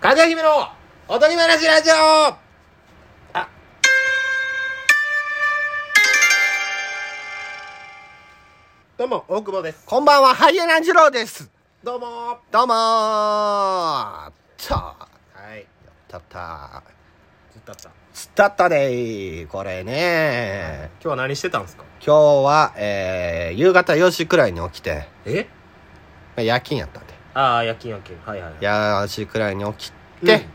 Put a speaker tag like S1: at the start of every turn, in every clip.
S1: かぐや姫のおとぎ話ラジオあどうも、大久保です。
S2: こんばんは、ハイエナジローです。
S1: どうもは
S2: どうもー。たー
S1: い。
S2: たった
S1: ずっとあった。
S2: ー。つったったでー。これね
S1: 今日は何してたんですか
S2: ー。今日は、えー、夕方4時くらいに起きて、
S1: え
S2: まあ夜勤やったんで。
S1: ああ、夜勤夜勤。はいはい。
S2: 4時くらいに起き
S1: で、
S2: て、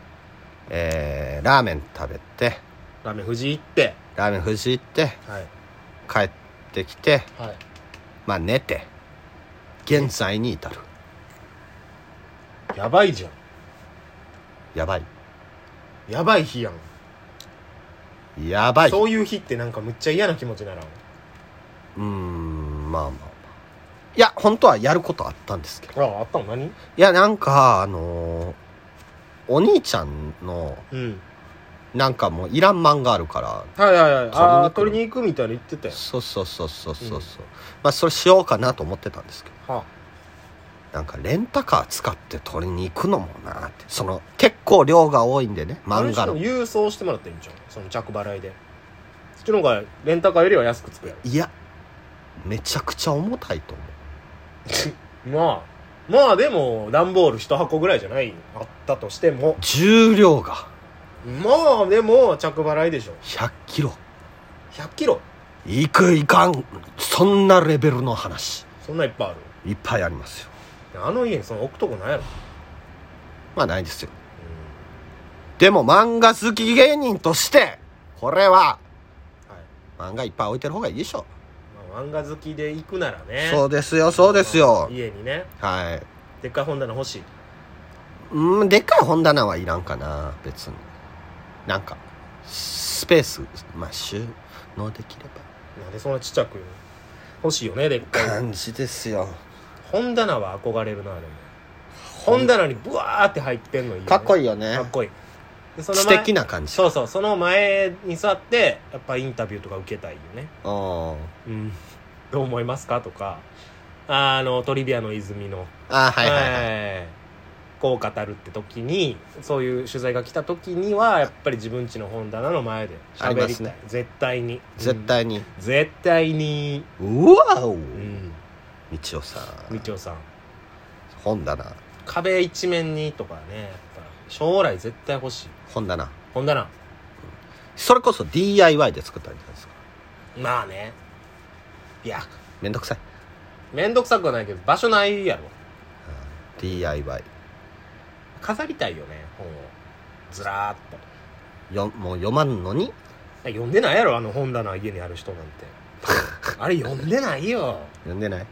S2: えー、ラーメン食べて、
S1: ラーメン藤井行って。
S2: ラーメン藤行って、
S1: はい。
S2: 帰ってきて、
S1: はい。
S2: まあ寝て、現在に至る。
S1: やばいじゃん。
S2: やばい。
S1: やばい日やん。
S2: やばい。
S1: そういう日ってなんかむっちゃ嫌な気持ちにならん。
S2: うーん、まあまあまあ。いや、本当はやることあったんですけど。
S1: ああ、あったの何
S2: いや、なんか、あのーお兄ちゃんの、
S1: うん。
S2: なんかもういらん漫画あるから、
S1: はいはいはい。ああ、取
S2: 取
S1: り
S2: り
S1: に行くみたいに言ってたよ。
S2: そうそうそうそうそうそう、
S1: うん
S2: まあ、それしようかなと思ってたんですけど、
S1: は
S2: なんかレンタカー使って取りに行くのもなって、その、結構量が多いんでね、
S1: あ。あの
S2: 漫
S1: 人
S2: 画の。
S1: の
S2: い
S1: 郵送してもらっていいんじゃん。その着払いで。そっちの方がレンタカーよりは安くつくやろ。
S2: や、めちゃくちゃ重たいと思う。
S1: まあまあでも段ボール一箱ぐらいじゃないあったとしても
S2: 重量が
S1: まあでも着払いでしょ
S2: 100キロ。
S1: 100キロ
S2: 行く行かん、そんなレベルの話、
S1: そんないっぱいある
S2: いっぱいありますよ。
S1: あの家にその置くとこないやろ、
S2: まあないですよ。でも漫画好き芸人として、これは、
S1: うんはい
S2: 漫画いっぱい置いてる方がいいでしょ、
S1: まあ、漫画好きで行くならね
S2: そううですよそうですよ
S1: 家にね
S2: は
S1: でっかい本棚欲しい
S2: いうんでっかい本棚はいらんかな別になんかスペースまあ収納できれば
S1: なんでそんなちっちゃく言うの欲しいよねでっかい
S2: 感じですよ
S1: 本棚は憧れるなでも本棚にブワーって入ってんのいいよ、ね、
S2: かっこ
S1: い
S2: いいよね
S1: かっこいいでその前
S2: 素敵な感じ
S1: そうそうその前に座ってやっぱインタビューとか受けたいよね
S2: うん
S1: うん、どう思いますかとかあのトリビアの泉の、
S2: あはいはいはい、
S1: えーこう語るって時にそういう取材が来た時にはやっぱり自分家の本棚の前で
S2: あり
S1: 喋
S2: ま
S1: りた
S2: す
S1: い、
S2: ね
S1: 絶対に
S2: 絶、対に、
S1: うん絶対に、
S2: うわお、
S1: うん、
S2: みちおさん
S1: みちおさん
S2: 本棚
S1: 壁一面にとかねやっぱ将来絶対欲しい
S2: 本棚
S1: 本棚
S2: それこそ DIY で作ったんじゃないですか
S1: まあねいや
S2: めんどくさい、
S1: めんどくさくはないけど場所ないやろ
S2: うん DIY
S1: 飾りたいよね本をずらーっと
S2: よもう読まんのに
S1: 読んでないやろあの本棚家にある人なんて あれ読んでないよ、
S2: 読んでない
S1: うん、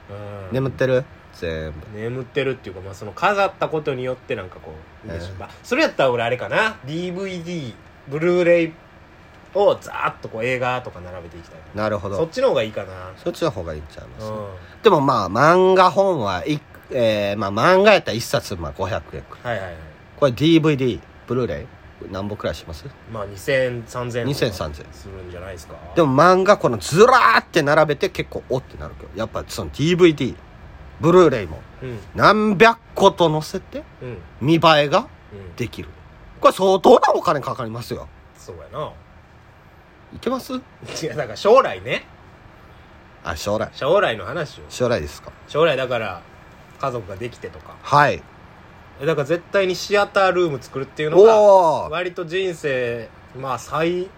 S2: 眠ってる全部
S1: 眠ってるっていうか、まあ、その飾ったことによってなんかこう、嬉しい
S2: うん
S1: まあ、それやったら俺あれかな DVD ブルーレイをざーっとこう映画とか並べていきたい
S2: なるほ
S1: そ
S2: ど
S1: っちの方がいいかな
S2: そっちの方がいいんちゃいます、
S1: うん
S2: でもまあ漫画本はいえー、まあ漫画やったら1冊まあ500円くら
S1: はい
S2: い
S1: はいはい
S2: これ DVD ブルーレイ何本くらいします
S1: まあ20003000
S2: 2000 3000
S1: するんじゃないですか
S2: でも漫画このずらーって並べて結構おってなるけどやっぱその DVD ブルーレイも
S1: うんうん
S2: 何百個と載せて
S1: うん
S2: 見栄えができるこれ相当なお金かかりますよ
S1: そうやない
S2: けます
S1: いやだから将来ね
S2: あ将来
S1: 将来の話を
S2: 将来ですか
S1: 将来だから家族ができてとか
S2: はい
S1: だから絶対にシアタールーム作るっていうのが
S2: おお
S1: 割と人生まあ最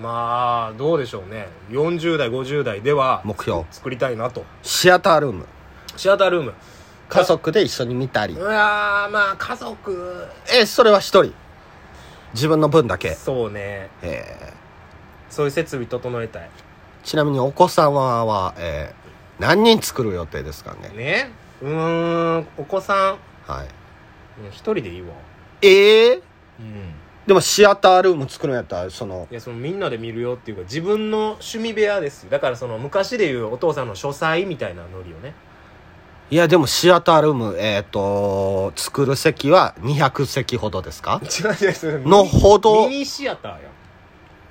S1: まあどうでしょうね40代50代では
S2: 目標
S1: 作りたいなと
S2: シアタールーム
S1: シアタールーム
S2: 家族で一緒に見たり
S1: うわーまあ家族
S2: えそれは一人自分の分だけ、
S1: そうね
S2: え
S1: そういう設備整えたい
S2: ーちなみにお子様は、えー何人作る予定ですかね
S1: ねうーんお子さん
S2: はい
S1: うん一人でいいわ
S2: えー、
S1: うん
S2: でもシアタールーム作るんやったらその
S1: いやそのみんなで見るよっていうか自分の趣味部屋ですよだからその昔でいうお父さんの書斎みたいなノリをね
S2: いやでもシアタールームえっ、と作る席は200席ほどですか
S1: 違う違うそれ
S2: のほど
S1: ミニシアターやん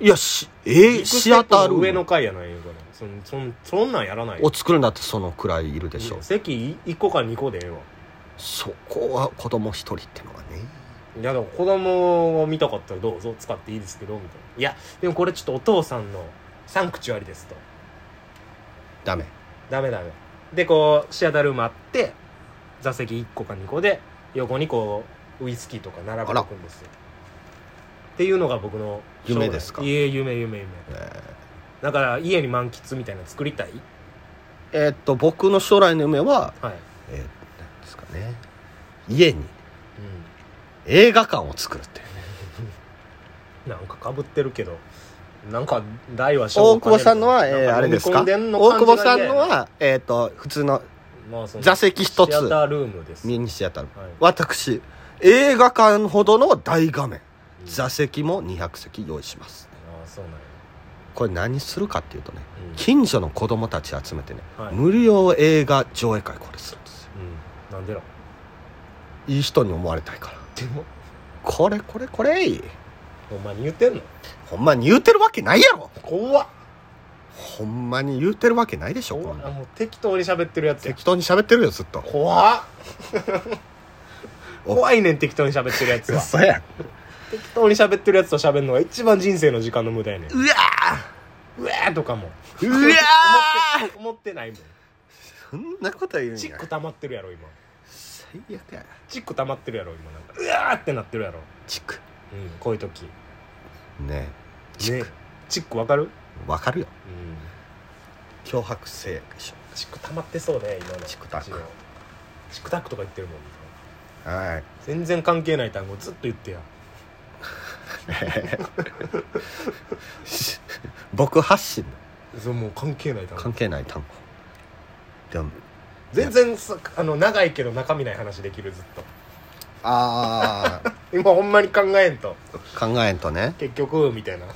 S2: いやしえ
S1: ビッグ
S2: ー、
S1: ス
S2: シ
S1: テッ
S2: ア
S1: プ
S2: タ
S1: の
S2: ール
S1: 上
S2: ー
S1: の
S2: ム
S1: 階やないよこれそんそんそんなんやらないよ
S2: を作るんだってそのくらいいるでしょう
S1: 席1個か2個でええわ
S2: そこは子供一人ってのはね
S1: いやでも子供を見たかったらどうぞ使っていいですけどみたいないやでもこれちょっとお父さんのサンクチュアリですと
S2: ダメ
S1: ダメダメでこうシアタールームあって座席1個か2個で横にこうウイスキーとか並べておくんですよっていうのが僕の将来
S2: 夢ですか
S1: いえ夢夢夢
S2: えー
S1: だから家に満喫みたいなの作りたい
S2: えーっと僕の将来の夢は
S1: はい、
S2: えー、なんですかね家に
S1: う、
S2: 映画館を作るっていうん
S1: なんかかぶってるけどなんか大は小
S2: 大久保さんのは、えーあれですか
S1: 飲み込んんの
S2: 大久保さ
S1: 感じ
S2: ん
S1: が
S2: の
S1: 嫌やな
S2: はえーっと普通の
S1: まあその
S2: 座席一つ
S1: シアタールームです
S2: ミニシアターの
S1: はい
S2: 私映画館ほどの大画面
S1: うん
S2: 座席も200席用意します
S1: ああそうなんや、
S2: これ何するかっていうとね
S1: うん
S2: 近所の子供たち集めてね、
S1: はい
S2: 無料映画上映会これするんですよ
S1: うん、なんでない
S2: い人に思われたいから
S1: でも
S2: これこれこれ
S1: ほんまに言ってんの
S2: ほんまに言うてるわけないやろ
S1: 怖っ
S2: ほんまに言うてるわけないでしょこ
S1: 怖
S2: ん
S1: っ
S2: な
S1: あ
S2: ん
S1: もう適当に喋ってるやつや
S2: 適当に喋ってるよずっと
S1: 怖 っ
S2: お
S1: 怖いねん適当に喋ってるやつは
S2: 嘘やん
S1: 適当に喋ってるやつと喋るのが一番人生の時間の無駄やねん
S2: うわ
S1: うわーとかも
S2: ーうわー
S1: 思ってないもん
S2: そんなこと言うん
S1: チッ
S2: や
S1: ク溜まってるやろ今
S2: 最悪や
S1: チック溜まってるやろ今なんかうわーってなってるやろ
S2: チック
S1: うんこういう時
S2: ねえチッ
S1: ね
S2: ク
S1: チックわかる
S2: わかるよ
S1: うん
S2: 脅迫性でし
S1: チック溜まってそうね今の
S2: チックタック
S1: チックタックとか言ってるもん
S2: ょはい
S1: 全然関係ない単語ずっと言ってや
S2: 僕発信の
S1: それもう関係ない単
S2: 関
S1: 語
S2: 係ない単語でも
S1: 全然さあの長いけど中身ない話できるずっと
S2: ああ
S1: 今ほんまに考えんと
S2: 考えんとね
S1: 結局みたいな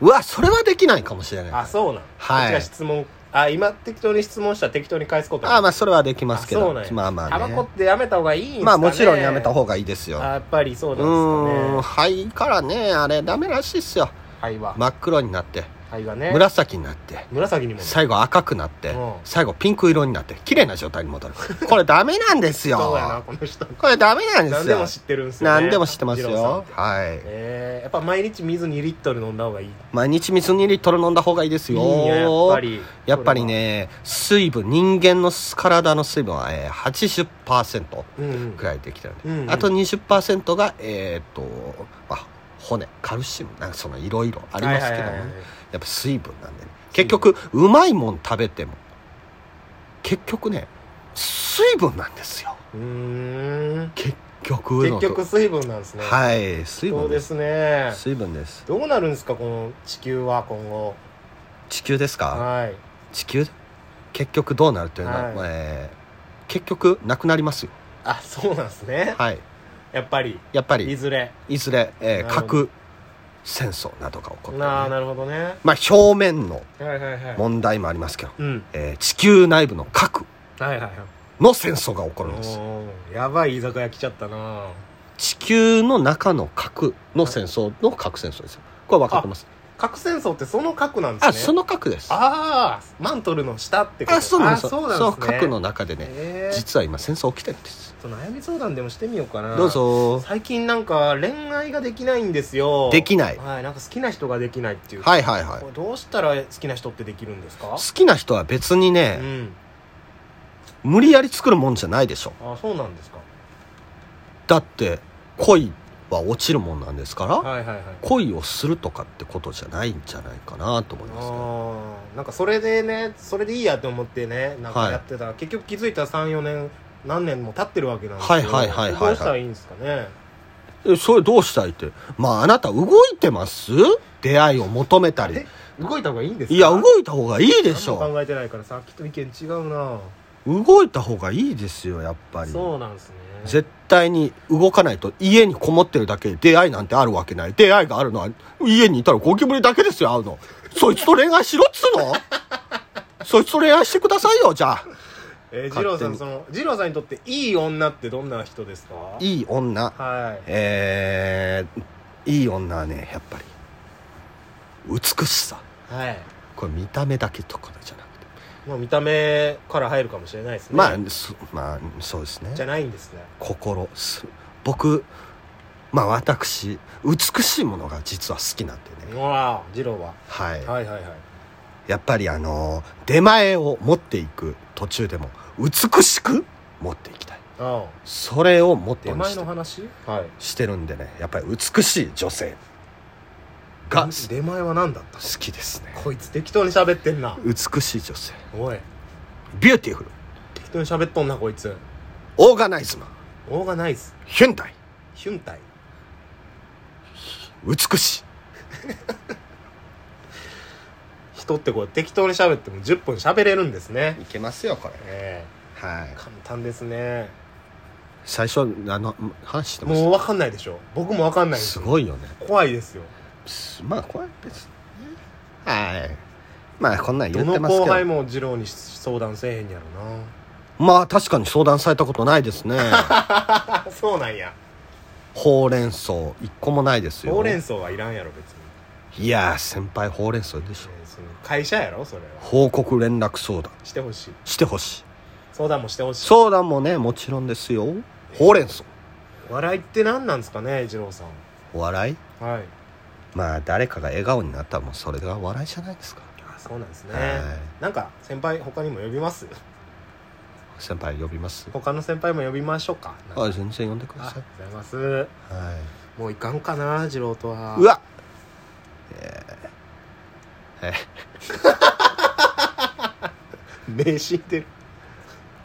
S2: うわそれはできないかもしれない
S1: あ
S2: あ
S1: そうなん
S2: はい
S1: こっちが質問あ今適当に質問したら適当に返すこと
S2: あーまあそれはできますけ
S1: あそ
S2: ど
S1: うなんや
S2: まあま
S1: タ
S2: あ
S1: バ
S2: ね
S1: コってやめた方がいいんすか、ね、
S2: まあもちろんやめた方がいいですよ
S1: あやっぱりそう
S2: う
S1: な
S2: ーん
S1: んですかね
S2: 肺からねあれダメらしいっすよ
S1: 肺は
S2: 真っ黒になって
S1: 肺がね
S2: 紫になって
S1: 紫にも
S2: 最後赤くなって
S1: うん
S2: 最後ピンク色になって綺麗な状態に戻るこれダメなんで
S1: そ
S2: す
S1: うやな
S2: よ
S1: この人
S2: これダメなんです
S1: 何で
S2: よ
S1: も知ってるんすよ、ね、
S2: 何でも知ってます
S1: 二郎さんっ
S2: よ
S1: て
S2: はい
S1: えー、やっぱ毎日水2リットル飲んだ方がいい
S2: 毎日水2リットル飲んだ方がいいです
S1: いい
S2: よ
S1: んややっぱり
S2: やっぱりね水分人間の体の水分は、えー、80%
S1: それはうん
S2: ぐらいできてるんで、
S1: うんうん
S2: あと20%がえーっと、まあ、骨カルシウムなんかそのいろいろありますけどね、
S1: はいはいはいはい
S2: やっぱ水分なんでね結局うまいもん食べても結局ね水分なんですよ
S1: うーん
S2: 結局の
S1: 結
S2: と
S1: 局水分なんですねい
S2: はい水
S1: そ
S2: 分
S1: うですね
S2: 水分です
S1: どうなるんですかこの地球は今後
S2: 地球ですか、
S1: はい
S2: 地球結局どうなるというのは、
S1: はい
S2: えー結局なくなりますよ
S1: あそうなんですね
S2: はい
S1: やっぱり
S2: やっぱ
S1: い
S2: り
S1: ずれ
S2: いずれ、えー
S1: なるほど
S2: 核戦争などが起こって、ね、
S1: なあなるほどね
S2: まあ表面の
S1: はいはいはい
S2: 問題もありますけど、
S1: うん
S2: えー地球内部の核
S1: はいはいはい
S2: の戦争が起こるんです
S1: おーやばい居酒屋来ちゃったな
S2: 地球の中の核の戦争の核戦争ですよこれ分かってます
S1: 核戦争ってその核なんですね
S2: あその核です
S1: あーマントルの下ってこと
S2: あそうなんですよ
S1: あそうなんですね
S2: その核の中でね
S1: えー、ちょ
S2: 実は今戦争起きてるんです
S1: っと悩み相談でもしてみようかな
S2: どうぞ
S1: 最近なんか恋愛ができないんですよ
S2: できない
S1: はいなんか好きな人ができないっていう
S2: はいはいはい
S1: これどうしたら好きな人ってできるんですか
S2: 好きな人は別に
S1: う
S2: ね、
S1: ん
S2: 無理やり作るもんじゃないでしょ
S1: あそうなんですか
S2: だって恋は落ちるもんなんですから、
S1: はいはいはい
S2: 恋をするとかってことじゃないんじゃないかなと思いますね
S1: あーなんかそれでねそれでいいやと思ってねなん
S2: は
S1: か
S2: い
S1: やってたら、結局気づいたら34年何年も経ってるわけなんです
S2: はいはいはいはいはい
S1: どうしたらいいんですかね
S2: えそれどうしたいってまああなた動いてます出会いを求めたり
S1: え動いた方がいいんですか
S2: いや動いた方がいいでし
S1: 何も
S2: ょ
S1: 考えてないからさっきと意見違うな
S2: 動いた方がいいですよやっぱり
S1: そうなんですね
S2: 絶対に動かないと家にこもってるだけで出会いなんてあるわけない出会いがあるのは家にいたらゴキブリだけですよ会うのそいつと恋愛しろっつ うのそいつと恋愛してくださいよじゃあ
S1: えー、二
S2: 勝手に
S1: 郎さんその二郎さんにとっていい女ってどんな人ですか
S2: いい女
S1: はい
S2: えー、いい女はねやっぱり美しさ
S1: はい
S2: これ見た目だけとかじゃなくて
S1: まあ見た目から入るかもしれないですね
S2: まあそまあそうですね
S1: じゃないんですね
S2: 心す僕まあ私美しいものが実は好きなんでね
S1: うわあ二郎は
S2: は
S1: は
S2: い
S1: いはいはい
S2: やっぱりあの出前を持っていく途中でも美しく持っていきたい
S1: ああ
S2: それをモット
S1: 出
S2: ーに
S1: 前
S2: して
S1: の話はい
S2: してるんでねやっぱり美しい女性が好
S1: 出前は何だった
S2: きですね
S1: こいつ適当に喋ってんな
S2: 美しい女性
S1: おい
S2: ビューティフル
S1: 適当に喋っとんなこいつ
S2: オーガナイズマン
S1: オーガナイズ
S2: ヒュンダイ
S1: ヒュンタイ
S2: 美しい
S1: 人ってこう適当に喋っても10分喋れるんですね
S2: いけますよこれ
S1: え
S2: はい
S1: え簡単ですね
S2: 最初あの話してまし
S1: もう分かんないでしょ僕も分かん
S2: た
S1: ないです
S2: すごいよね
S1: 怖いですよ
S2: すまあこれ別にねはいまあこんなん
S1: ど
S2: 言って
S1: の
S2: ます
S1: 後
S2: け
S1: 輩
S2: ど
S1: も二郎に相談せえへんやろ
S2: まあ確かに相談されたことないですね
S1: なそうなんや
S2: ほうれん草一個もないですよ
S1: ほうれん草はいらんやろ別に
S2: いやー先輩ほうれん草でしょ
S1: ええその会社やろそれは
S2: 報告連絡相談
S1: してほしい
S2: してほしい
S1: 相談もしてほしい
S2: 相談もねもちろんですよほうれん草
S1: 笑いって何なんですかね二郎さん
S2: お笑い
S1: はい
S2: まあ誰かが笑顔になったらもうそれが笑いじゃないですか
S1: あそうなんですね
S2: は
S1: なんか先輩他にも呼び ます
S2: 先輩呼びます
S1: 他の先輩も呼びましょうかなんか
S2: あ全然呼んでくだ
S1: あ
S2: さい
S1: りがとうございます
S2: は、
S1: もういかんかな二郎とはい
S2: うわえーえ
S1: 名刺出る